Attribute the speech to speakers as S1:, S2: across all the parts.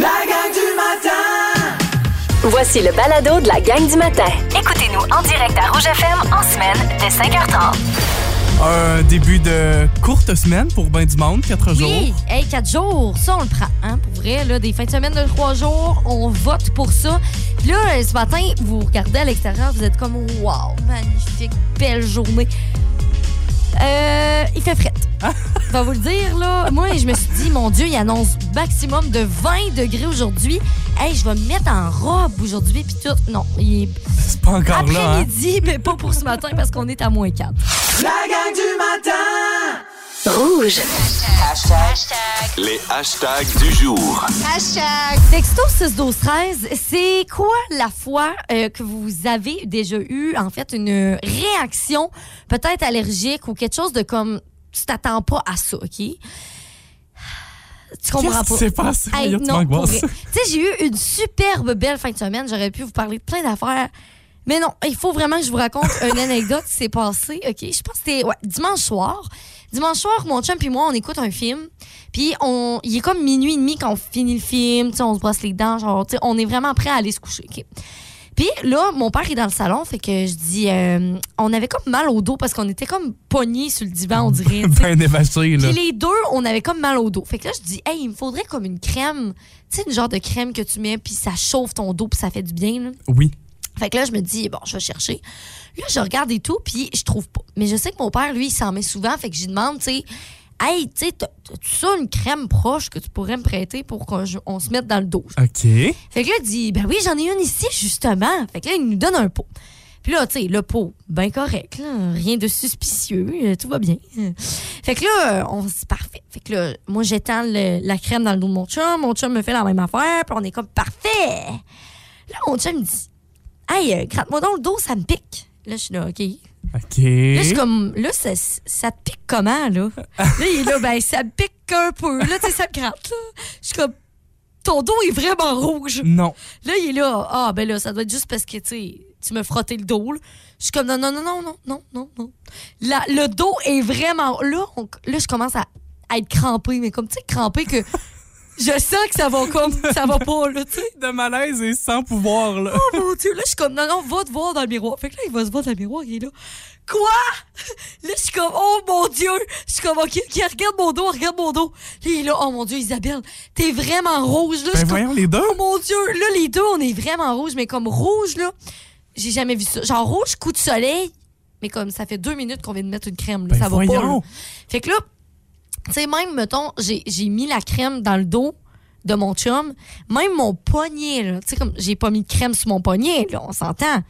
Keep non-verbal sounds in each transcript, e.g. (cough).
S1: La gang du matin
S2: Voici le balado de la gang du matin.
S3: Écoutez-nous en direct à Rouge FM en semaine dès 5h30.
S4: Un début de courte semaine pour ben du monde, quatre
S5: Oui,
S4: jours.
S5: hey, quatre jours, ça on le prend, hein, pour vrai, là, des fins de semaine de trois jours, on vote pour ça. Puis là, euh, ce matin, vous regardez à l'extérieur, vous êtes comme wow, magnifique, belle journée. Euh, il
S4: (laughs)
S5: fait fret. Je vais vous le dire, là. Moi, je me suis dit, mon Dieu, il annonce maximum de 20 degrés aujourd'hui. Hey, je vais me mettre en robe aujourd'hui, puis tout. Non, il est
S4: C'est pas encore là, hein?
S5: après-midi, mais pas pour ce matin parce qu'on est à moins 4.
S1: La gang du matin
S2: Rouge.
S6: Les hashtags du jour.
S5: Texto 612-13, c'est quoi la fois euh, que vous avez déjà eu, en fait, une réaction peut-être allergique ou quelque chose de comme tu t'attends pas à ça, OK? Tu comprends
S4: Qu'est-ce qui
S5: pas.
S4: s'est passé?
S5: Hey,
S4: Voyons, tu
S5: non, pour
S4: m'angoisses.
S5: vrai. Tu sais, j'ai eu une superbe belle fin de semaine. J'aurais pu vous parler de plein d'affaires. Mais non, il faut vraiment que je vous raconte une anecdote qui s'est passée. OK, je pense que c'était ouais, dimanche soir. Dimanche soir, mon chum puis moi, on écoute un film. Puis on, il est comme minuit et demi quand on finit le film. Tu sais, on se brosse les dents. Genre, tu sais, on est vraiment prêt à aller se coucher. OK? Puis là, mon père est dans le salon, fait que je dis, euh, on avait comme mal au dos parce qu'on était comme pognés sur le divan, on dirait.
S4: (laughs)
S5: tu sais.
S4: Ben dévaché, là.
S5: Puis les deux, on avait comme mal au dos. Fait que là, je dis, hey, il me faudrait comme une crème. Tu sais, une genre de crème que tu mets, puis ça chauffe ton dos, puis ça fait du bien. là.
S4: Oui.
S5: Fait que là, je me dis, bon, je vais chercher. Là, je regarde et tout, puis je trouve pas. Mais je sais que mon père, lui, il s'en met souvent. Fait que j'y demande, tu sais, hey, tu sais, t'as- t'as-tu ça, une crème proche que tu pourrais me prêter pour qu'on je- on se mette dans le dos?
S4: OK.
S5: Fait que là, il dit, ben oui, j'en ai une ici, justement. Fait que là, il nous donne un pot. Puis là, tu sais, le pot, ben correct, là, rien de suspicieux, euh, tout va bien. Fait que là, euh, on se dit parfait. Fait que là, moi, j'étends le- la crème dans le dos de mon chum, mon chum me fait la même affaire, puis on est comme parfait. Là, mon chum me dit, hey, euh, gratte-moi dans le dos, ça me pique. Là, je suis là, OK.
S4: OK.
S5: Là, je suis comme, là, ça, ça te pique comment, là? là, il est là, ben, ça me pique un peu. Là, tu sais, ça me gratte, là. Je suis comme, ton dos est vraiment rouge.
S4: Non. (laughs)
S5: Là, il est là. Ah, ben là, ça doit être juste parce que, tu sais, tu me frottais le dos. là. Je suis comme, non, non, non, non, non, non, non, non. Là, le dos est vraiment. Là, on- là je commence à, à être crampée, mais comme, tu sais, crampée (laughs) que je sens que ça va comme. Ça va pas, là, tu sais.
S4: De malaise et sans pouvoir, là.
S5: Oh mon Dieu, là, je suis comme, non, non, va te voir dans le miroir. Fait que là, il va se voir dans le miroir, il est là. Quoi? (laughs) Là, je suis comme, oh mon Dieu! Je suis comme, ok, ok, regarde mon dos, regarde mon dos. Là, il est là, oh mon Dieu, Isabelle, t'es vraiment rouge, là. Je
S4: Ben
S5: suis comme,
S4: voyons, les deux.
S5: Oh mon Dieu, là, les deux, on est vraiment rouge, mais comme rouge, là, j'ai jamais vu ça. Genre rouge, coup de soleil, mais comme ça fait deux minutes qu'on vient de mettre une crème, là,
S4: Ben
S5: ça va pas. là.
S4: voyons.
S5: Fait que là, tu sais, même, mettons, j'ai j'ai mis la crème dans le dos de mon chum, même mon poignet, là, tu sais, comme j'ai pas mis de crème sur mon poignet, là, on s'entend.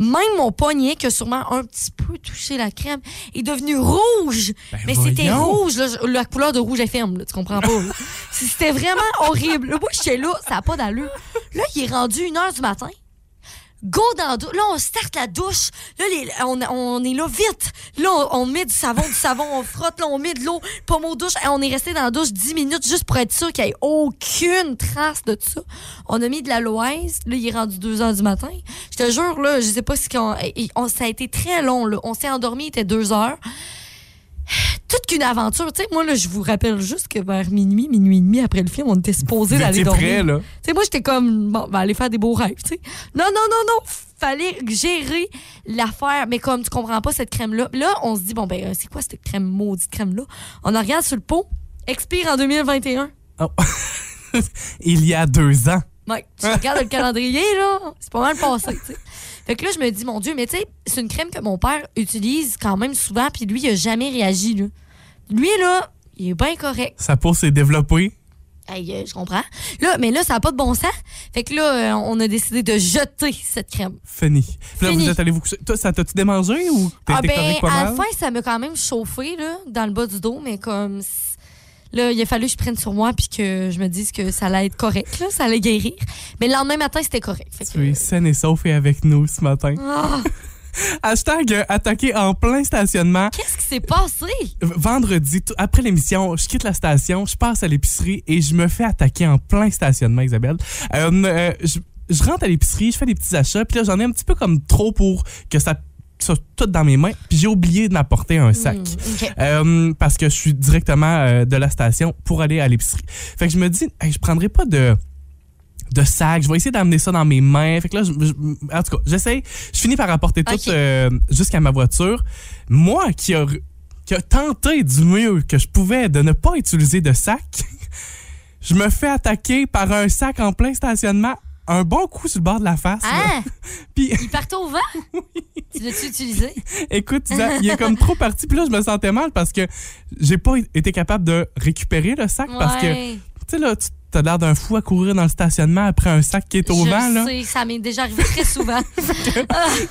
S5: Même mon poignet, qui a sûrement un petit peu touché la crème, est devenu rouge.
S4: Ben
S5: Mais c'était
S4: voyons.
S5: rouge, là, je- la couleur de rouge FM, là, tu comprends pas.
S4: (laughs)
S5: là. C'était vraiment horrible. Moi, j'étais là, ça n'a pas d'allure. Là, il est rendu une heure du matin. Go dans la dou- Là, on starte la douche. Là, les- on, on est là vite. Là, on, on met du savon, du savon, on frotte, là, on met de l'eau, pomme aux douches. Et on est resté dans la douche 10 minutes juste pour être sûr qu'il n'y ait aucune trace de tout ça. On a mis de l'aloès. Là, il est rendu 2 heures du matin. Je te jure, là, je sais pas si qu'on- et- on- ça a été très long. Là. On s'est endormi, il était 2 heures toute qu'une aventure. Tu sais, moi, là, je vous rappelle juste que vers minuit, minuit et demi après le film, on était supposé
S4: Vous
S5: d'aller
S4: étiez
S5: dormir.
S4: prêts, là.
S5: Tu sais, moi, j'étais comme, bon, ben, aller faire des beaux rêves, tu sais. Non, non, non, non, fallait gérer l'affaire. Mais comme tu comprends pas cette crème-là, là, on se dit, bon, ben, euh, c'est quoi cette crème, maudite crème-là? On en regarde sur le pot, expire en 2021.
S4: Oh. Il y a deux ans.
S5: Mike, tu regardes le calendrier, là, c'est pas mal passé, tu sais. Fait que là, je me dis, mon Dieu, mais tu sais, c'est une crème que mon père utilise quand même souvent, puis lui, il a jamais réagi, là. Lui, là, il est bien correct.
S4: Sa peau s'est développée.
S5: Hey, euh, je comprends. Là, mais là, ça n'a pas de bon sens. Fait que là, euh, on a décidé de jeter cette crème.
S4: Fini. Puis là,
S5: Fini.
S4: vous êtes allé vous coucher. Toi, ça t'a-tu démangé ou t'as
S5: Ah
S4: été
S5: ben,
S4: correct pas
S5: à la
S4: mal?
S5: fin, ça m'a quand même chauffé là, dans le bas du dos, mais comme c- là, il a fallu que je prenne sur moi puis que je me dise que ça allait être correct, là, ça allait guérir. Mais le lendemain matin, c'était correct. Fait que-
S4: Tu es saine et sauf et avec nous ce matin.
S5: Ah,
S4: Hashtag euh, attaqué en plein stationnement.
S5: qu'est-ce qui s'est passé?
S4: V- Vendredi, tout- après l'émission, je quitte la station, je passe à l'épicerie et je me fais attaquer en plein stationnement, Isabelle. Euh, euh, je, je rentre à l'épicerie, je fais des petits achats, puis là, j'en ai un petit peu comme trop pour que ça soit tout dans mes mains, puis j'ai oublié de m'apporter un sac. (laughs)
S5: OK.
S4: Euh, parce que je suis directement euh, de la station pour aller à l'épicerie. Fait que je me dis, hey, je prendrai pas de de sac. Je vais essayer d'amener ça dans mes mains. Fait que là, je- je- en tout cas, j'essaie. Je finis par apporter tout
S5: Ok.
S4: euh, jusqu'à ma voiture. Moi qui a, qui a tenté du mieux que je pouvais de ne pas utiliser de sac, (laughs) je me fais attaquer par un sac en plein stationnement. Un bon coup sur le bord de la face. là.
S5: Hein?
S4: (laughs) Puis
S5: Ils partent au vent? Tu l'as-tu utilisé?
S4: Écoute, Isa, il est comme trop parti. Puis là, je me sentais mal parce que j'ai pas été capable de récupérer le sac parce que, tu
S5: Ouais.
S4: sais, là, tu as l'air d'un fou à courir dans le stationnement après un sac qui est au
S5: je
S4: vent, là.
S5: sais, ça m'est déjà arrivé très souvent.
S4: (laughs)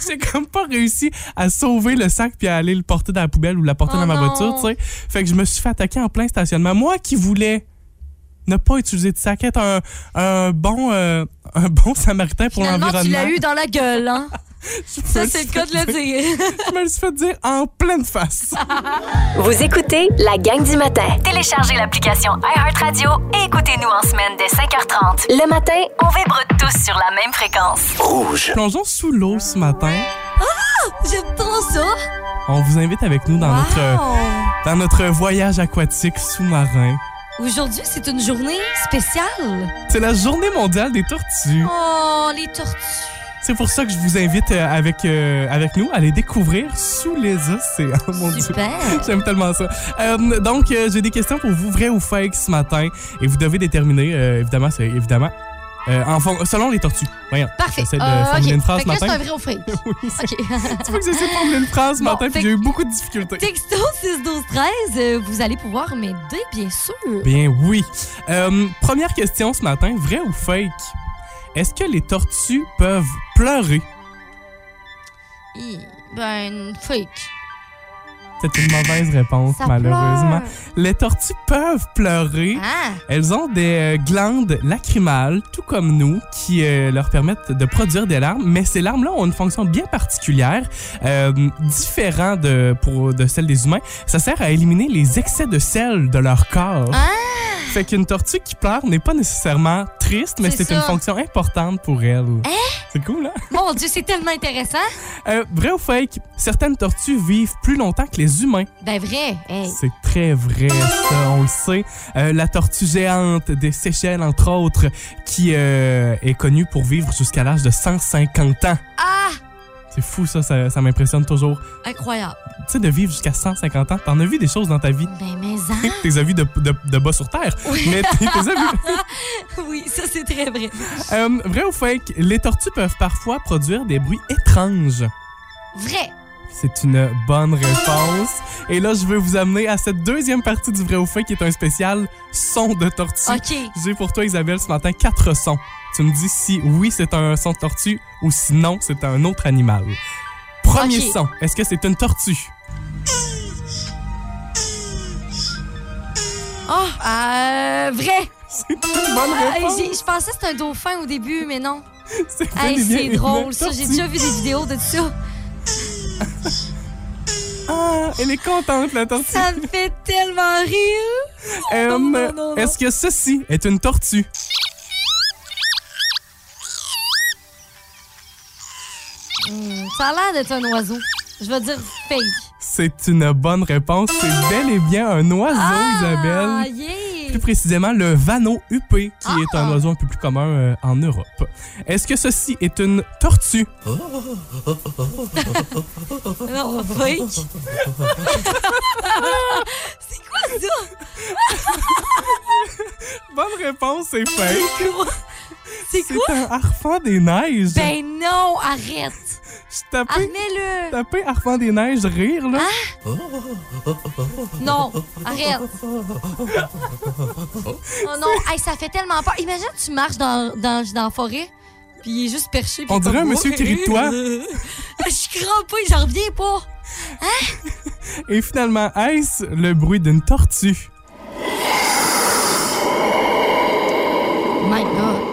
S4: J'ai comme pas réussi à sauver le sac puis à aller le porter dans la poubelle ou la porter
S5: Oh
S4: dans ma
S5: non.
S4: voiture, tu sais. Fait que je me suis fait attaquer en plein stationnement. Moi qui voulais ne pas utiliser de sac, être un, un bon, euh, un bon samaritain pour
S5: Finalement,
S4: l'environnement.
S5: tu l'as eu dans la gueule, hein?
S4: Je
S5: Ça,
S4: me
S5: c'est
S4: suis
S5: le cas de le dire. (laughs)
S4: fait- Je me le suis fait dire en pleine face.
S2: Vous écoutez la gang du matin.
S3: Téléchargez l'application iHeartRadio et écoutez-nous en semaine dès 5h30.
S2: Le matin,
S3: On vibre tous sur la même fréquence.
S6: Rouge.
S4: Plongeons sous l'eau ce matin.
S5: J'aime trop ça.
S4: On vous invite avec nous dans notre
S5: Wow.
S4: dans notre voyage aquatique sous-marin.
S5: Aujourd'hui, c'est une journée spéciale.
S4: C'est la journée mondiale des tortues.
S5: Oh, les tortues.
S4: C'est pour ça que je vous invite euh, avec, euh, avec nous à les découvrir sous les océans, (laughs) mon Dieu.
S5: Super.
S4: J'aime tellement ça. Euh, donc, euh, j'ai des questions pour vous, vrai ou fake, ce matin. Et vous devez déterminer, euh, évidemment, c'est évidemment, euh, en fond, selon les tortues. Voyons.
S5: Parfait.
S4: J'essaie de
S5: Euh,
S4: formuler
S5: ok.
S4: une phrase
S5: Fait
S4: ce
S5: que là, c'est un
S4: matin.
S5: vrai
S4: (laughs)
S5: ou fake.
S4: Oui, c'est-
S5: OK. (laughs)
S4: tu vois que j'essaie de formuler une phrase ce
S5: Bon,
S4: matin,
S5: fait
S4: puis j'ai eu
S5: que-
S4: beaucoup de difficultés.
S5: Texto 6 12 13, euh, vous allez pouvoir m'aider, bien sûr.
S4: Bien Ben oui. Euh, première question ce matin, vrai ou fake? Est-ce que les tortues peuvent pleurer?
S5: Hi, Ben, fake.
S4: C'est une mauvaise réponse,
S5: Ça
S4: malheureusement.
S5: pleure.
S4: Les tortues peuvent pleurer.
S5: Ah,
S4: Elles ont des euh, glandes lacrymales, tout comme nous, qui euh, leur permettent de produire des larmes. Mais ces larmes-là ont une fonction bien particulière, euh, différente de, pour, de celle des humains. Ça sert à éliminer les excès de sel de leur corps.
S5: Ah!
S4: Fait qu'une tortue qui pleure n'est pas nécessairement triste, mais
S5: C'est
S4: c'est une
S5: ça.
S4: fonction importante pour elle. C'est cool, hein?
S5: mon Dieu, c'est tellement intéressant.
S4: Euh, vrai ou fake, certaines tortues vivent plus longtemps que les humains.
S5: Ben, vrai. Hey.
S4: C'est très vrai, ça, on le sait. Euh, la tortue géante des Seychelles, entre autres, qui euh, est connue pour vivre jusqu'à l'âge de 150 ans.
S5: Ah,
S4: C'est fou, ça, ça, ça m'impressionne toujours.
S5: incroyable.
S4: Tu sais, de vivre jusqu'à 150 ans, t'en as vu des choses dans ta vie.
S5: Ben, mais hein. (laughs)
S4: T'es as vu de, de, de bas sur terre, mais t'es t'es as vu.
S5: Oui, ça, c'est très vrai.
S4: Euh, vrai ou fake, les tortues peuvent parfois produire des bruits étranges.
S5: Vrai.
S4: C'est une bonne réponse. Et là, je veux vous amener à cette deuxième partie du vrai ou fake qui est un spécial son de tortue.
S5: OK.
S4: J'ai pour toi, Isabelle, ce matin, quatre sons. Tu me dis si oui, c'est un son de tortue ou si non, c'est un autre animal. Premier
S5: Ok.
S4: son, est-ce que c'est une tortue?
S5: Oh, euh, vrai.
S4: C'est une bonne
S5: Ah,
S4: réponse.
S5: j'ai- Je pensais que c'était un dauphin au début, mais non.
S4: (laughs) C'est bel
S5: Hey,
S4: et bien
S5: c'est
S4: une
S5: drôle, ça. J'ai
S4: tortue.
S5: déjà vu des vidéos de ça.
S4: Ah, elle est contente, la tortue.
S5: Ça me fait tellement rire.
S4: Euh,
S5: non, non, non.
S4: Est-ce que ceci est une tortue?
S5: Hmm, Ça a l'air d'être un oiseau. Je vais dire fake.
S4: C'est une bonne réponse. C'est bel et bien un oiseau, Isabelle.
S5: Ah, yeah.
S4: Plus précisément, le vanneau huppé, qui est un
S5: Ah!
S4: oiseau un peu plus commun euh, en Europe. Est-ce que ceci est une tortue?
S5: Non, fake. c'est quoi ça?
S4: Bonne réponse, c'est fake.
S5: C'est
S4: C'est
S5: quoi?
S4: un harfang des neiges.
S5: Ben non, arrête.
S4: Je tapais,
S5: Armets-le.
S4: tapais harfang des neiges rire, là.
S5: Non, arrête. Oh non, hey, ça fait tellement peur. Imagine, tu marches dans, dans, dans la forêt, puis il est juste perché. puis
S4: On dirait
S5: comme,
S4: un monsieur qui rit de toi.
S5: (laughs) Je suis crampée, j'en reviens pas. Ah!
S4: Et finalement, est-ce le bruit d'une tortue?
S5: My God.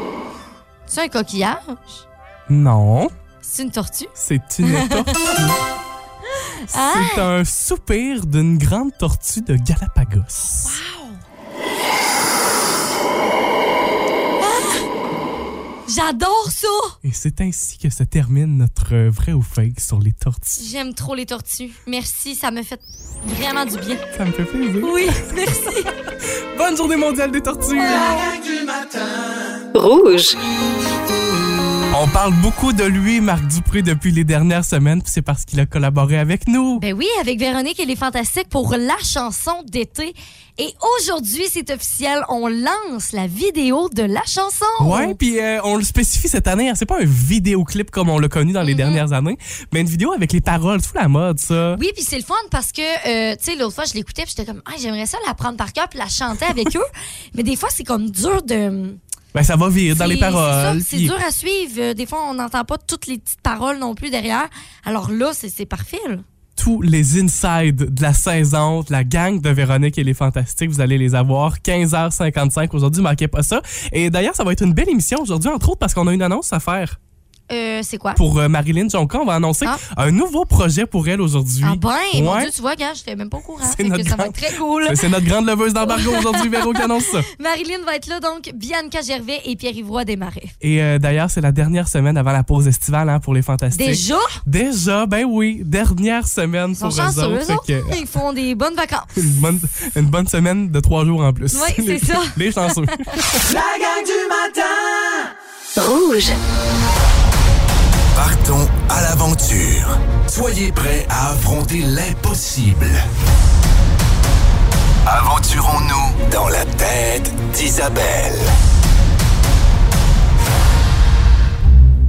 S5: C'est un coquillage?
S4: Non,
S5: C'est une tortue?
S4: c'est
S5: (laughs)
S4: une tortue.
S5: Ah!
S4: C'est un soupir d'une grande tortue de Galapagos.
S5: J'adore ça!
S4: Et c'est ainsi que se termine notre euh, vrai ou fake sur les tortues.
S5: J'aime trop les tortues. Merci, ça me fait vraiment du bien.
S4: Ça me fait plaisir.
S5: Oui, (laughs) merci.
S4: Bonne journée mondiale des tortues!
S1: La gang du matin.
S2: Rouge.
S4: On parle beaucoup de lui, Marc Dupré, depuis les dernières semaines, puis c'est parce qu'il a collaboré avec nous.
S5: Ben oui, avec Véronique et les Fantastiques pour la chanson d'été. Et aujourd'hui, c'est officiel, on lance la vidéo de la chanson.
S4: Ouais, puis euh, on le spécifie cette année. hein, C'est pas un vidéoclip comme on l'a connu dans
S5: Mm-hmm.
S4: les dernières années, mais une vidéo avec les paroles. C'est fou la mode, ça.
S5: Oui, puis c'est le fun parce que, euh, tu sais, l'autre fois, je l'écoutais, puis j'étais comme, ah, j'aimerais ça la prendre par cœur, puis la chanter (laughs) avec eux. Mais des fois, c'est comme dur de.
S4: Ben, ça va vite dans
S5: C'est-
S4: les paroles.
S5: C'est ça, c'est
S4: puis-
S5: dur à suivre. Euh, Des fois, on n'entend pas toutes les petites paroles non plus derrière. Alors là, c'est c'est parfait. là.
S4: tous les insides de la saison, de la gang de Véronique et les Fantastiques. Vous allez les avoir 15h55 aujourd'hui. Manquez pas ça. Et d'ailleurs, ça va être une belle émission aujourd'hui, entre autres, parce qu'on a une annonce à faire
S5: Euh, c'est quoi?
S4: pour euh, Marilyn Jonca. On va annoncer
S5: Ah.
S4: un nouveau projet pour elle aujourd'hui.
S5: Ah ben, mon
S4: Ouais.
S5: Dieu, tu vois, gars, j'étais même pas au courant.
S4: C'est
S5: Fait que
S4: notre
S5: ça va
S4: grande-
S5: être très cool.
S4: C'est- C'est notre grande leveuse d'embargo aujourd'hui, Véro, qui annonce
S5: (laughs)
S4: ça.
S5: Marilyn va être là, donc Bianca Gervais et Pierre-Yvroy Desmarais.
S4: Et euh, d'ailleurs, c'est la dernière semaine avant la pause estivale hein, pour les Fantastiques.
S5: Déjà,
S4: Déjà, ben oui, dernière semaine
S5: ils sont
S4: pour eux
S5: chanceux,
S4: autres.
S5: eux
S4: Fait
S5: autres.
S4: que- euh,
S5: Ils font des bonnes vacances.
S4: (laughs) une bonne, une bonne semaine de trois jours en plus.
S5: Ouais, c'est
S4: Les-
S5: ça.
S4: (laughs) Les chanceux.
S1: La gang du matin!
S2: Rouge.
S7: Partons à l'aventure. Soyez prêts à affronter l'impossible. Aventurons-nous dans la tête d'Isabelle.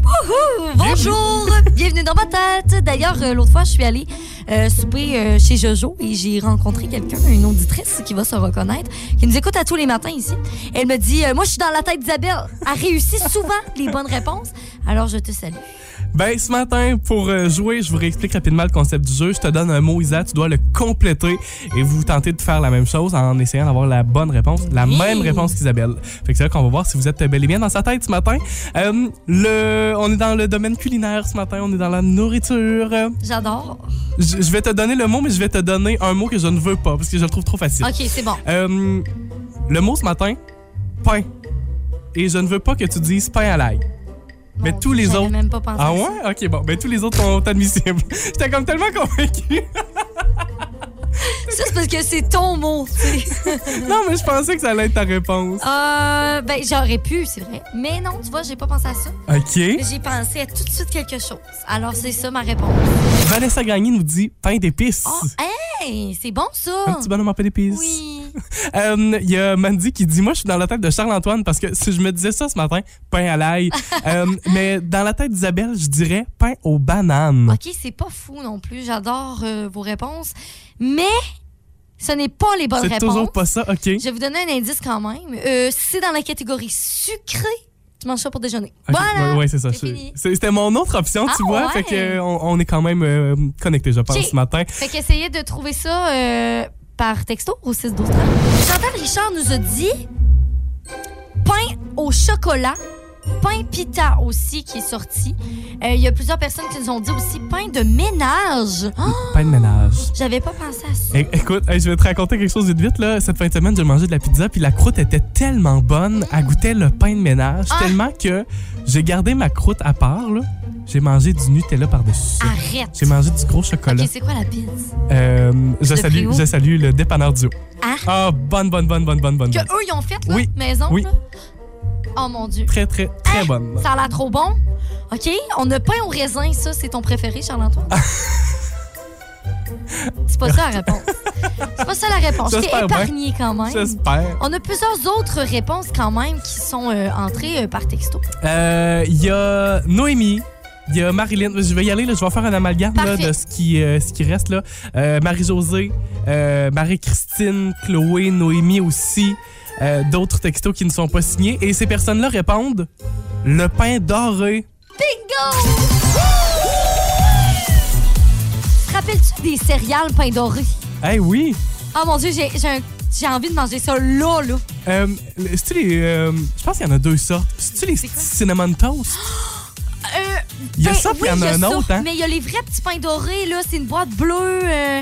S5: Ouh, Bonjour, bienvenue dans ma tête. D'ailleurs, euh, l'autre fois, je suis allée euh, souper euh, chez Jojo et j'ai rencontré quelqu'un, une auditrice qui va se reconnaître, qui nous écoute à tous les matins ici. Elle me dit, euh, moi, je suis dans la tête d'Isabelle. Elle réussit souvent les bonnes réponses. Alors, je te salue.
S4: Ben, ce matin, pour euh, jouer, je vous réexplique rapidement le concept du jeu. Je te donne un mot, Isa, tu dois le compléter et vous tentez de faire la même chose en essayant d'avoir la bonne réponse, la
S5: Oui.
S4: même réponse qu'Isabelle. Fait que c'est là qu'on va voir si vous êtes bel et bien dans sa tête ce matin. Euh, le, on est dans le domaine culinaire ce matin, on est dans la nourriture. Euh,
S5: J'adore.
S4: Je, je vais te donner le mot, mais je vais te donner un mot que je ne veux pas parce que je le trouve trop facile.
S5: OK, c'est bon.
S4: Euh, le mot ce matin, pain. Et je ne veux pas que tu dises pain à l'ail. Mais
S5: Mon
S4: tous
S5: Dieu,
S4: les
S5: j'avais
S4: autres-
S5: Oh, même pas pensé à
S4: Ah
S5: ça.
S4: ouais? Ok, bon. Ben tous les autres sont admissibles. (laughs) J'étais comme tellement convaincu. (laughs)
S5: Ça, c'est parce que c'est ton mot. tu sais.
S4: non, mais je pensais que ça allait être ta réponse.
S5: (laughs) Euh, ben, j'aurais pu, c'est vrai. Mais non, tu vois, j'ai pas pensé à ça. Mais
S4: Ok.
S5: j'ai pensé à tout de suite quelque chose. Alors, c'est ça ma réponse.
S4: Vanessa Gagné nous dit pain d'épices.
S5: Oh, hey, c'est bon, ça.
S4: Ah, Un petit bonhomme en pain d'épices.
S5: Oui.
S4: Euh, Il y a Mandy qui dit Moi, je suis dans la tête de Charles-Antoine parce que (laughs) si je me disais ça ce matin, pain à
S5: (laughs)
S4: l'ail. Euh, mais dans la tête d'Isabelle, je dirais pain aux bananes.
S5: OK, c'est pas fou non plus. J'adore euh, vos réponses. Mais ce n'est pas les bonnes
S4: C'est
S5: réponses.
S4: toujours pas ça. Ok.
S5: Je vais vous donner un indice quand même. Euh, c'est dans la catégorie sucrée. Tu manges ça pour déjeuner.
S4: Ok,
S5: Voilà.
S4: ouais, ouais, c'est ça.
S5: C'est
S4: je-
S5: fini.
S4: c'est- C'était mon autre option, tu
S5: Ah,
S4: vois.
S5: ouais.
S4: Fait que euh, on, on est quand même euh, connectés, je pense,
S5: Ok.
S4: ce matin.
S5: Fait qu'essayez de trouver ça euh, par texto au 6 12 30. Chantal Richard nous a dit pain au chocolat, pain pita aussi qui est sorti. Euh, Il y a plusieurs personnes qui nous ont dit aussi pain de ménage. Ah,
S4: Pain de ménage.
S5: J'avais pas pensé à ça.
S4: É- Écoute, hey, je vais te raconter quelque chose vite vite là. Cette fin de semaine, j'ai mangé de la pizza puis la croûte était tellement bonne, elle goûtait le pain de ménage
S5: Ah!
S4: tellement que j'ai gardé ma croûte à part là. J'ai mangé du Nutella par-dessus. ça.
S5: Arrête.
S4: J'ai mangé du gros chocolat.
S5: Ah. Ok, c'est quoi la pizza?
S4: Euh, je
S5: Le
S4: salue,
S5: Brio.
S4: je salue le dépanneur duo.
S5: Ah.
S4: Ah, bonne, bonne, bonne, bonne, bonne, bonne.
S5: Que eux, ils ont fait, là,
S4: Oui.
S5: maison,
S4: Oui.
S5: là? Oh mon Dieu.
S4: Très, très, très bonne.
S5: Ah, Ça a l'air trop bon. OK, on a pain au raisin, ça, c'est ton
S4: (laughs)
S5: préféré, Charles-Antoine? c'est pas ça la réponse. C'est pas ça la réponse. Je t'ai
S4: J'espère bien.
S5: épargné quand même.
S4: J'espère.
S5: On a plusieurs autres réponses quand même qui sont euh, entrées euh, par texto.
S4: Euh, Il y a Noémie. Il y a Marilyn. Je vais y aller, là. je vais faire un amalgame là,
S5: Parfait.
S4: de ce qui, euh, ce qui reste. là. Euh, Marie-Josée, euh, Marie-Christine, Chloé, Noémie aussi. Euh, D'autres textos qui ne sont pas signés. Et ces personnes-là répondent le pain doré.
S5: Bingo! Te rappelles-tu des céréales pain doré?
S4: Eh oui!
S5: Oh mon Dieu, j'ai- j'ai un- j'ai envie de manger ça là, là.
S4: Euh, c'est-tu les, euh, je pense qu'il y en a deux sortes. C'est-tu les
S5: C'est quoi?
S4: cinnamon toast?
S5: (gasps) Euh,
S4: Il y a
S5: Ben,
S4: ça, puis il y en a
S5: y
S4: un
S5: ça,
S4: autre. Hein?
S5: Mais il y a les vrais petits pains dorés, là. C'est une boîte bleue. Euh,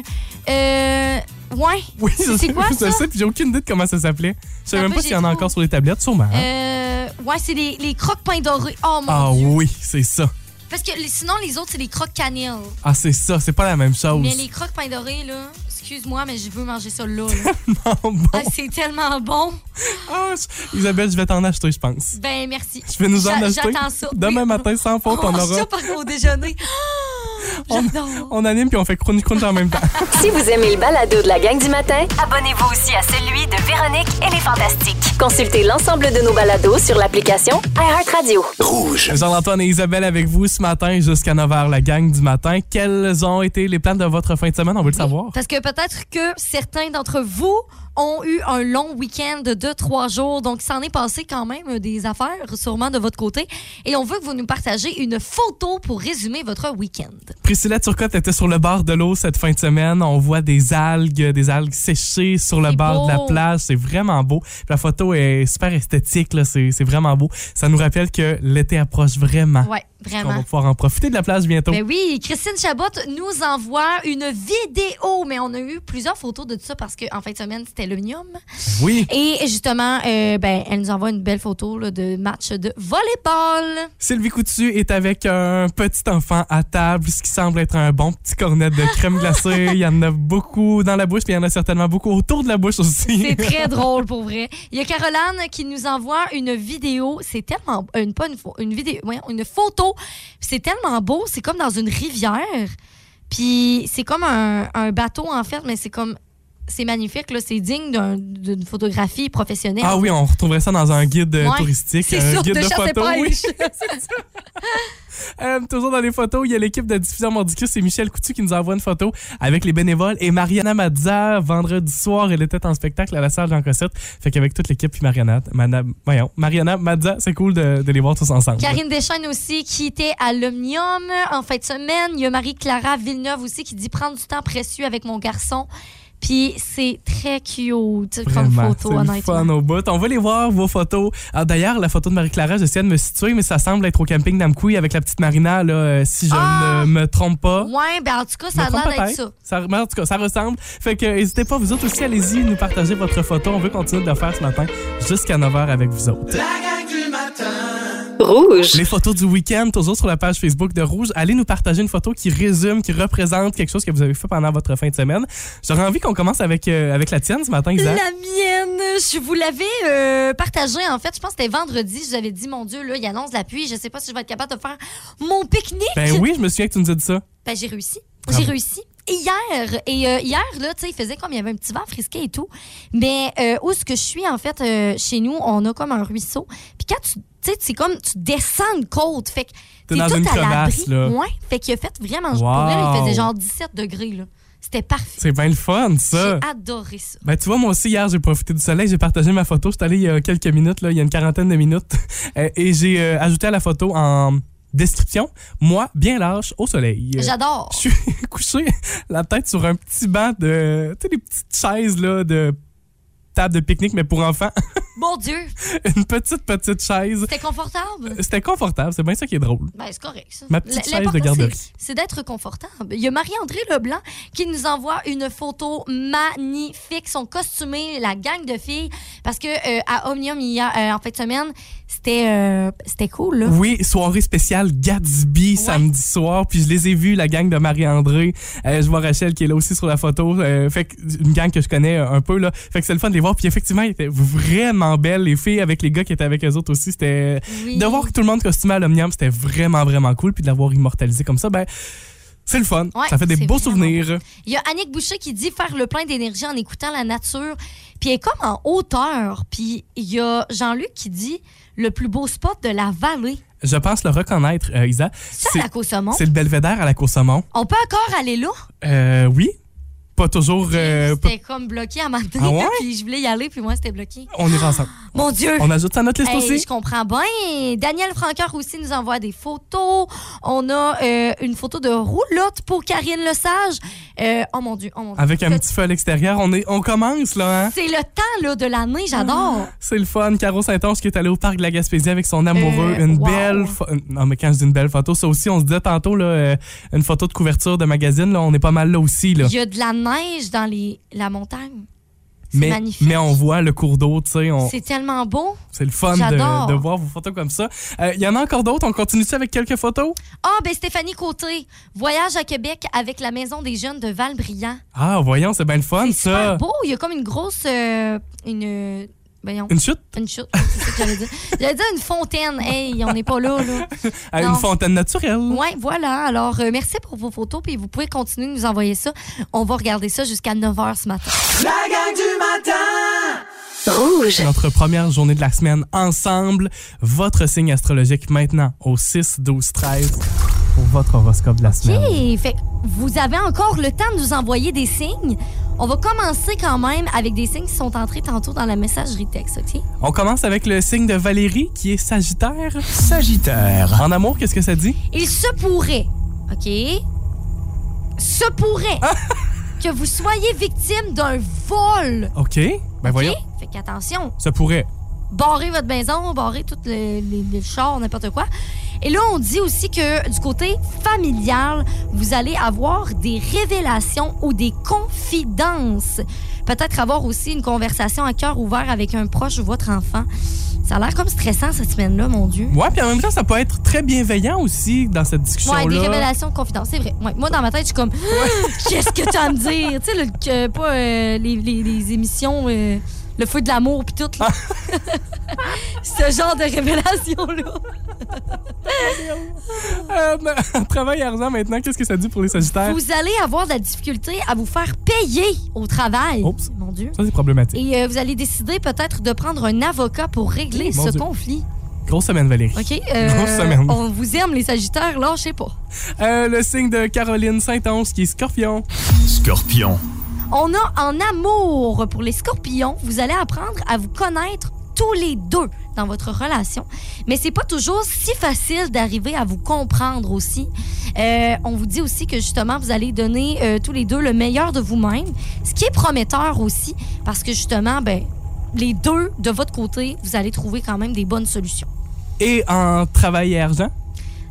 S5: euh, ouais.
S4: Oui, je
S5: c'est
S4: sais,
S5: c'est quoi
S4: je
S5: ça?
S4: sais, puis j'ai aucune idée de comment ça s'appelait. Je sais
S5: Un
S4: même
S5: peu,
S4: pas s'il y
S5: j'ai
S4: en a
S5: trop.
S4: encore sur les tablettes, sûrement. hein?
S5: Euh, ouais, c'est les, les croques pains dorés. Oh mon
S4: ah
S5: Dieu.
S4: oui, c'est ça.
S5: Parce que les- sinon, les autres, c'est les crocs cannelle.
S4: Ah, c'est ça, c'est pas la même chose.
S5: Mais les crocs pain doré, là, excuse-moi, mais je veux manger ça là. là.
S4: Oh, bon.
S5: Ah, c'est tellement bon.
S4: Ah, je- Isabelle, je vais t'en acheter, je pense.
S5: Ben, merci.
S4: Je vais nous en
S5: J'a-
S4: acheter.
S5: J'attends ça.
S4: Demain
S5: Oui.
S4: matin, sans faute, on,
S5: mange
S4: aura.
S5: ça par au déjeuner. Ah,
S4: On-
S5: J'adore.
S4: On anime puis on fait crunch crunch en même temps.
S2: Si vous aimez le balado de la gang du matin,
S3: Abonnez-vous aussi à celui de Véronique et les Fantastiques.
S2: consultez l'ensemble de nos balados sur l'application iHeartRadio.
S7: Rouge.
S4: (laughs) Jean-Antoine et Isabelle avec vous ce matin jusqu'à 9h, la gang du matin. Quels ont été les plans de votre fin de semaine? On veut le savoir.
S5: Parce que peut-être que certains d'entre vous ont eu un long week-end de trois jours, donc il s'en est passé quand même des affaires, sûrement de votre côté. Et on veut que vous nous partagez une photo pour résumer votre week-end.
S4: Priscilla Turcotte était sur le bord de l'eau cette fin de semaine. On voit des algues, des algues séchées sur le
S5: C'est
S4: bord de la
S5: beau.
S4: plage. C'est vraiment beau. Puis La photo est super esthétique. là. C'est c'est vraiment beau. Ça nous rappelle que l'été approche vraiment.
S5: Ouais,
S4: On va
S5: vraiment.
S4: pouvoir en profiter de la plage bientôt.
S5: Ben oui, Christine Chabot nous envoie une vidéo, mais on a eu plusieurs photos de ça parce qu'en fin de semaine, c'était l'Unium.
S4: Oui.
S5: Et justement, euh, ben, elle nous envoie une belle photo là, de match de volleyball.
S4: Sylvie Coutu est avec un petit enfant à table, ce qui semble être un bon petit cornet de crème glacée. Il y en a beaucoup dans la bouche, puis il y en a certainement beaucoup autour de la bouche aussi. (laughs)
S5: C'est très drôle pour vrai. Il y a Caroline qui nous envoie une vidéo. C'est tellement euh, une pas une, pho- une vidéo, voyons, une photo. C'est tellement beau. C'est comme dans une rivière. Puis c'est comme un, un bateau en fait, mais c'est comme c'est magnifique là. C'est digne d'un- d'une photographie professionnelle.
S4: Ah oui, on retrouverait ça dans un guide euh,
S5: Ouais.
S4: touristique,
S5: c'est
S4: un
S5: sûr
S4: guide
S5: de,
S4: de,
S5: chasse et
S4: photo. Oui.
S5: pêche.
S4: (laughs) Euh, toujours dans les photos, il y a l'équipe de diffusion Mordicus et Michel Coutu qui nous envoie une photo avec les bénévoles et Mariana Mazza. Vendredi soir, elle était en spectacle à la salle Jean Cossette. Fait qu'avec toute l'équipe puis Mariana, Mana- voyons, Mariana Mazza, c'est cool de, de les voir tous ensemble.
S5: Karine Deschaines aussi qui était à l'Omnium en fin de semaine. Il y a Marie-Clara Villeneuve aussi qui dit prendre du temps précieux avec mon garçon. Puis c'est très cute comme
S4: Vraiment,
S5: photo,
S4: c'est le
S5: honnêtement.
S4: fun au bout. On va les voir, vos photos. Ah, D'ailleurs, la photo de Marie-Clara, j'essaie de me situer, mais ça semble être au camping d'Amkoui avec la petite Marina, là, euh, si je
S5: Ah!
S4: ne me trompe pas.
S5: Ouais, ben en tout cas, ça a
S4: Je me trompe
S5: l'air d'être ça.
S4: peut-être. Ça- mais en tout cas, ça ressemble. Fait que, euh, n'hésitez pas, vous autres aussi, allez-y, nous partagez votre photo. On veut continuer de le faire ce matin jusqu'à 9h avec vous autres.
S1: La gang du matin.
S2: Rouge.
S4: Les photos du week-end, toujours sur la page Facebook de Rouge. Allez nous partager une photo qui résume, qui représente quelque chose que vous avez fait pendant votre fin de semaine. J'aurais envie qu'on commence avec, euh, avec la tienne ce matin, Isa.
S5: La mienne, je vous l'avais euh, partagée en fait. Je pense que c'était vendredi. Je vous avais dit, mon Dieu, là, il annonce la pluie. Je sais pas si je vais être capable de faire mon pique-nique.
S4: Ben oui, je me souviens que tu nous as dit ça.
S5: Ben, j'ai réussi.
S4: Bravo.
S5: J'ai réussi. Hier, et euh, hier, là, tu sais, il faisait comme il y avait un petit vent frisqué et tout. Mais euh, où ce que je suis, en fait, euh, chez nous, on a comme un ruisseau. Puis quand tu, tu sais, c'est comme, tu descends une côte. Fait que
S4: T'es
S5: t'es
S4: dans
S5: tout
S4: une
S5: à l'abri.
S4: crevasse, là.
S5: Ouais. Fait qu'il a fait vraiment, pour
S4: Wow.
S5: elle, il faisait genre 17 degrés, là. C'était parfait.
S4: C'est bien le fun, ça.
S5: J'ai adoré ça.
S4: Ben, tu vois, moi aussi, hier, j'ai profité du soleil, j'ai partagé ma photo. Je suis allé il y a quelques minutes, là, il y a une quarantaine de minutes. (laughs) Euh, Et j'ai euh, ajouté à la photo en description, moi, bien large, au soleil. Euh,
S5: J'adore.
S4: Je suis (laughs) couché la tête sur un petit banc de. Tu sais, des petites chaises, là, de table de pique-nique, mais pour enfants. (laughs)
S5: Mon Dieu,
S4: une petite, petite chaise.
S5: c'était confortable.
S4: C'était confortable, c'est bien ça qui est drôle.
S5: Ben, c'est correct, ça.
S4: Ma petite chaise de
S5: L'important,
S4: garderie.
S5: c'est- C'est d'être confortable. Il y a Marie-André Leblanc qui nous envoie une photo magnifique. Ils sont costumés, la gang de filles. Parce que euh, à Omnium, il y a, euh, en fin de semaine, c'était euh, c'était cool, là.
S4: Oui, soirée spéciale Gatsby samedi soir. Puis je les ai vus, la gang de Marie-André. Euh, je vois Rachel qui est là aussi sur la photo. Euh, fait que une gang que je connais euh, un peu là. Fait que c'est le fun de les voir. Puis effectivement, ils étaient vraiment belles les filles avec les gars qui étaient avec eux autres aussi. C'était
S5: Oui.
S4: de voir que tout le monde costumé à l'Omnium, c'était vraiment vraiment cool. Puis de l'avoir immortalisé comme ça, ben c'est le fun.
S5: Ouais,
S4: ça fait des
S5: c'est
S4: beaux
S5: vraiment
S4: souvenirs.
S5: Il y a Annick Boucher qui dit faire le plein d'énergie en écoutant la nature. Puis elle est comme en hauteur. Puis il y a Jean-Luc qui dit le plus beau spot de la vallée.
S4: Je pense le reconnaître, euh, Isa.
S5: Ça,
S4: C'est
S5: la Côte-Saumon.
S4: c'est le belvédère à la Cour Saumon.
S5: On peut encore aller là?
S4: Euh, oui. Pas toujours. euh, pas-
S5: C'était comme bloqué à ma
S4: Ah ouais?
S5: (laughs) puis je voulais y aller, puis moi, c'était bloqué.
S4: On ira ensemble.
S5: Mon Dieu!
S4: On ajoute ça à notre liste
S5: Hey,
S4: aussi.
S5: je comprends bien. Daniel Franqueur aussi nous envoie des photos. On a euh, une photo de roulotte pour Karine Lesage. Euh, oh mon Dieu, oh mon Dieu.
S4: Avec un petit feu à l'extérieur, on, est, on commence là, hein?
S5: C'est le temps là, de l'année, j'adore.
S4: C'est le fun. Caro Saint-Onge qui est allée au parc de la Gaspésie avec son amoureux.
S5: Euh,
S4: une
S5: wow.
S4: belle pho- Non, mais quand je dis une belle photo, ça aussi, on se disait tantôt, là, euh, une photo de couverture de magazine, là, on est pas mal là aussi. Là.
S5: Il y a de la neige dans les, la montagne.
S4: mais,
S5: magnifique.
S4: mais on voit le cours d'eau, tu sais. on-
S5: C'est tellement beau.
S4: C'est le fun
S5: J'adore.
S4: de, de voir vos photos comme ça. Euh, Il y en a encore d'autres. On continue-tu avec quelques photos?
S5: Ah, ben Stéphanie Côté, voyage à Québec avec la Maison des jeunes de Val-Brillant.
S4: Ah, voyons, c'est bien le fun, ça.
S5: C'est super beau. Il y a comme une grosse. euh, une. euh, voyons.
S4: Une chute?
S5: Une chute, c'est ça que j'allais dire. J'allais dire une fontaine. Hey, on n'est pas là, là.
S4: à Une
S5: Non.
S4: fontaine naturelle.
S5: Ouais, voilà. Alors, euh, merci pour vos photos, puis vous pouvez continuer de nous envoyer ça. On va regarder ça jusqu'à 9 h ce matin.
S1: La gang du matin
S2: Rouge.
S4: Notre première journée de la semaine ensemble. Votre signe astrologique maintenant au 6, 12, 13 pour votre horoscope de la semaine.
S5: OK. Fait que vous avez encore le temps de nous envoyer des signes. On va commencer quand même avec des signes qui sont entrés tantôt dans la messagerie texte, OK?
S4: On commence avec le signe de Valérie qui est Sagittaire.
S7: Sagittaire.
S4: En amour, qu'est-ce que ça dit?
S5: Il se pourrait, OK? Se pourrait que vous soyez victime d'un vol.
S4: OK. Ben
S5: OK?
S4: voyons.
S5: Fait qu'attention.
S4: Ça pourrait.
S5: barrer votre maison, barrer tout le, les, les chars, n'importe quoi. Et là, on dit aussi que du côté familial, vous allez avoir des révélations ou des confidences. Peut-être avoir aussi une conversation à cœur ouvert avec un proche ou votre enfant. Ça a l'air comme stressant cette semaine-là, mon Dieu.
S4: Ouais, puis en même temps, ça peut être très bienveillant aussi dans cette
S5: Ouais,
S4: discussion-là.
S5: des révélations de confidences, c'est vrai. Ouais, moi, dans ma tête, je suis comme, (laughs) qu'est-ce que tu as à me dire? Tu sais, le- que- pas euh, les, les- les émissions, euh, le feu de l'amour, puis tout. là. (laughs) Ce genre de révélation-là.
S4: Euh, on (laughs) travaille argent maintenant, qu'est-ce que ça dit pour les Sagittaires?
S5: Vous allez avoir de la difficulté à vous faire payer au travail.
S4: Oups.
S5: Mon Dieu.
S4: Ça, c'est problématique.
S5: Et euh, vous allez décider peut-être de prendre un avocat pour régler
S4: Mon
S5: ce
S4: Dieu.
S5: conflit.
S4: Grosse semaine, Valérie.
S5: OK? Euh,
S4: Grosse semaine.
S5: On vous aime, les Sagittaires, lâchez pas.
S4: Euh, le signe de Caroline Saint-Onge qui est Scorpion.
S7: Scorpion.
S5: On a en amour pour les scorpions, vous allez apprendre à vous connaître tous les deux dans votre relation. Mais c'est pas toujours si facile d'arriver à vous comprendre aussi. Euh, on vous dit aussi que justement, vous allez donner euh, tous les deux le meilleur de vous-même, ce qui est prometteur aussi, parce que justement, ben, les deux, de votre côté, vous allez trouver quand même des bonnes solutions.
S4: Et en travail et argent,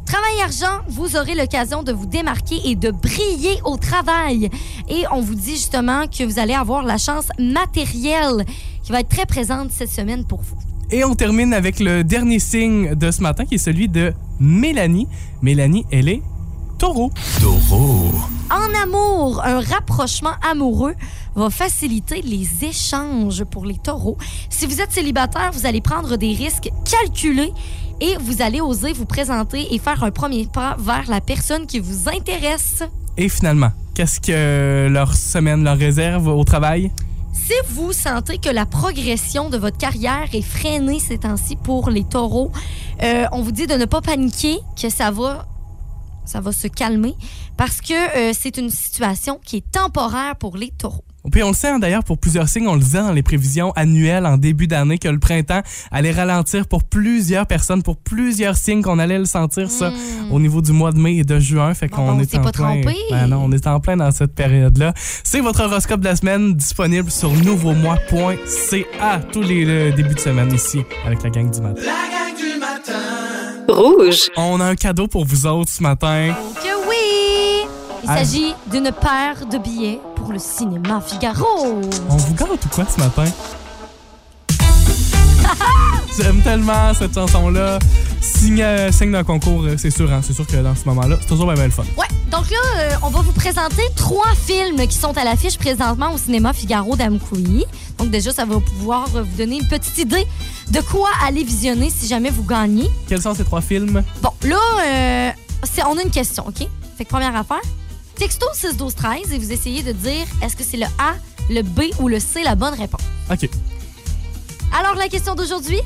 S5: Travail et argent, vous aurez l'occasion de vous démarquer et de briller au travail. Et on vous dit justement que vous allez avoir la chance matérielle qui va être très présente cette semaine pour vous.
S4: Et on termine avec le dernier signe de ce matin qui est celui de Mélanie. Mélanie, elle est taureau.
S7: Taureau.
S5: En amour, un rapprochement amoureux va faciliter les échanges pour les taureaux. Si vous êtes célibataire, vous allez prendre des risques calculés et vous allez oser vous présenter et faire un premier pas vers la personne qui vous intéresse.
S4: Et finalement, qu'est-ce que leur semaine leur réserve au travail?
S5: Si vous sentez que la progression de votre carrière est freinée ces temps-ci pour les taureaux, euh, on vous dit de ne pas paniquer, que ça va, ça va se calmer, parce que euh, c'est une situation qui est temporaire pour les taureaux.
S4: Puis on le sait hein, d'ailleurs pour plusieurs signes, on le disait dans les prévisions annuelles en début d'année que le printemps allait ralentir pour plusieurs personnes, pour plusieurs signes qu'on allait le sentir ça au niveau du mois de mai et de juin. Fait
S5: Hmm. Bon,
S4: qu'on
S5: ben, on
S4: est
S5: s'est
S4: en
S5: pas
S4: plein.
S5: trompé.
S4: Ben non, on est en plein dans cette période-là. C'est votre horoscope de la semaine disponible sur nouveaumois.ca tous les euh, débuts de semaine ici avec la gang du matin.
S1: La gang du matin
S2: Rouge.
S4: On a un cadeau pour vous autres ce matin.
S5: Que euh, oui! Il
S4: Ah.
S5: s'agit d'une paire de billets pour le cinéma Figaro.
S4: On vous gâte ou quoi ce matin? (laughs) J'aime tellement cette chanson-là. Signe, euh, signe d'un concours, euh, c'est sûr, hein, c'est sûr que dans ce moment-là, c'est toujours bien, bien le fun.
S5: Ouais, donc là, euh, on va vous présenter trois films qui sont à l'affiche présentement au cinéma Figaro d'Amkoui. Donc déjà, ça va pouvoir euh, vous donner une petite idée de quoi aller visionner si jamais vous gagnez.
S4: Quels sont ces trois films?
S5: Bon, là, euh, c'est- on a une question, OK? Fait que première affaire, texto 6 12 13 et vous essayez de dire est-ce que c'est le A, le B ou le C la bonne réponse.
S4: OK.
S5: Alors la question d'aujourd'hui,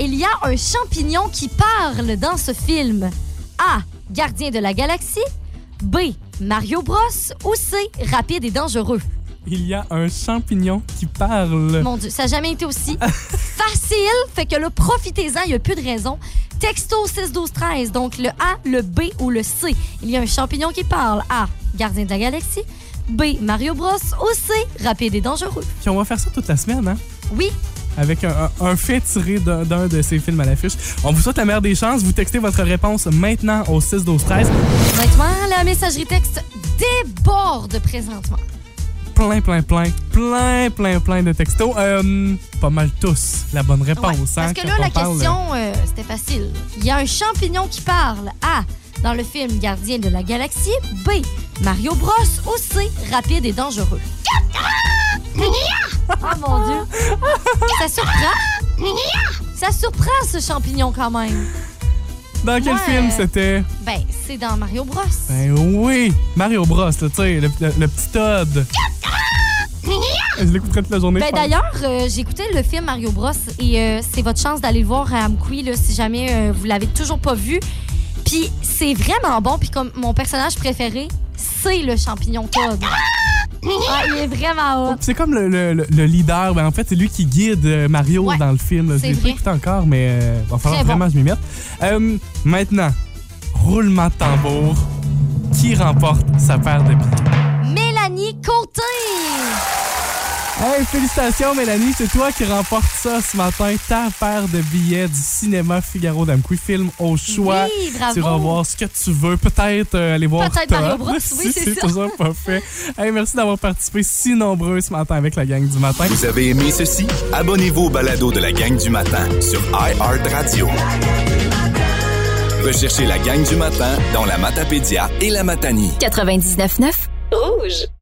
S5: il y a un champignon qui parle dans ce film. A, gardien de la galaxie, B, Mario Bros ou C, rapide et dangereux.
S4: Il y a un champignon qui parle.
S5: Mon Dieu, ça n'a jamais été aussi facile. Fait que là, profitez-en, il n'y a plus de raison. Texto 6-12-13, donc le A, le B ou le C. Il y a un champignon qui parle. A, gardien de la galaxie. B, Mario Bros. Ou C, rapide et dangereux.
S4: Puis on va faire ça toute la semaine, hein?
S5: Oui,
S4: avec un, un- un fait tiré d'un d'un de ces films à l'affiche. On vous souhaite la meilleure des chances. Vous textez votre réponse maintenant au 6 12 13.
S5: honnêtement, la messagerie texte déborde présentement.
S4: plein, plein, plein, plein, plein, plein de textos. Euh, pas mal tous la bonne réponse.
S5: Ouais,
S4: hein,
S5: Parce que
S4: quand
S5: là,
S4: on
S5: la
S4: parle.
S5: question, euh, c'était facile. Il y a un champignon qui parle. A. Dans le film Gardien de la Galaxie. B. Mario Bros. Ou C. Rapide et dangereux. oh mon Dieu. Ça surprend. Ça surprend ce champignon quand même.
S4: Dans quel
S5: Ouais.
S4: film c'était?
S5: Ben, c'est dans Mario Bros.
S4: Ben oui! Mario Bros, là, tu sais, le, le- le petit
S5: (laughs)
S4: Todd. Je l'écouterai toute la journée.
S5: Ben,
S4: je pense.
S5: D'ailleurs, euh, j'ai écouté le film Mario Bros et euh, c'est votre chance d'aller le voir à Amqui là, si jamais euh, vous l'avez toujours pas vu. Puis c'est vraiment bon. Puis comme mon personnage préféré, c'est le champignon Todd. Ah, il est vraiment hot.
S4: C'est comme le, le- le- le leader. Ben, en fait, c'est lui qui guide euh, Mario
S5: Ouais,
S4: dans le film. là. Je
S5: c'est
S4: l'ai pas
S5: vrai.
S4: écouté encore, mais euh, va falloir
S5: Très bon.
S4: vraiment que je m'y mette. Euh, maintenant, roulement de tambour. Qui remporte sa paire de billets?
S5: Mélanie Côté!
S4: Hey, félicitations, Mélanie. C'est toi qui remporte ça ce matin. Ta paire de billets du cinéma Figaro d'Amqui. Film au choix.
S5: Oui, bravo.
S4: Tu vas voir ce que tu veux. Peut-être euh, aller voir
S5: Peut-être
S4: Todd,
S5: Mario Bros,
S4: (laughs)
S5: oui,
S4: si
S5: c'est
S4: c'est
S5: ça.
S4: toujours pas fait. Hey, merci d'avoir participé si nombreux ce matin avec la gang du matin.
S6: Vous avez aimé ceci? Abonnez-vous au balado de la gang du matin sur iHeartRadio. Recherchez la gang du matin dans la Matapédia et la Matanie.
S3: 99.9.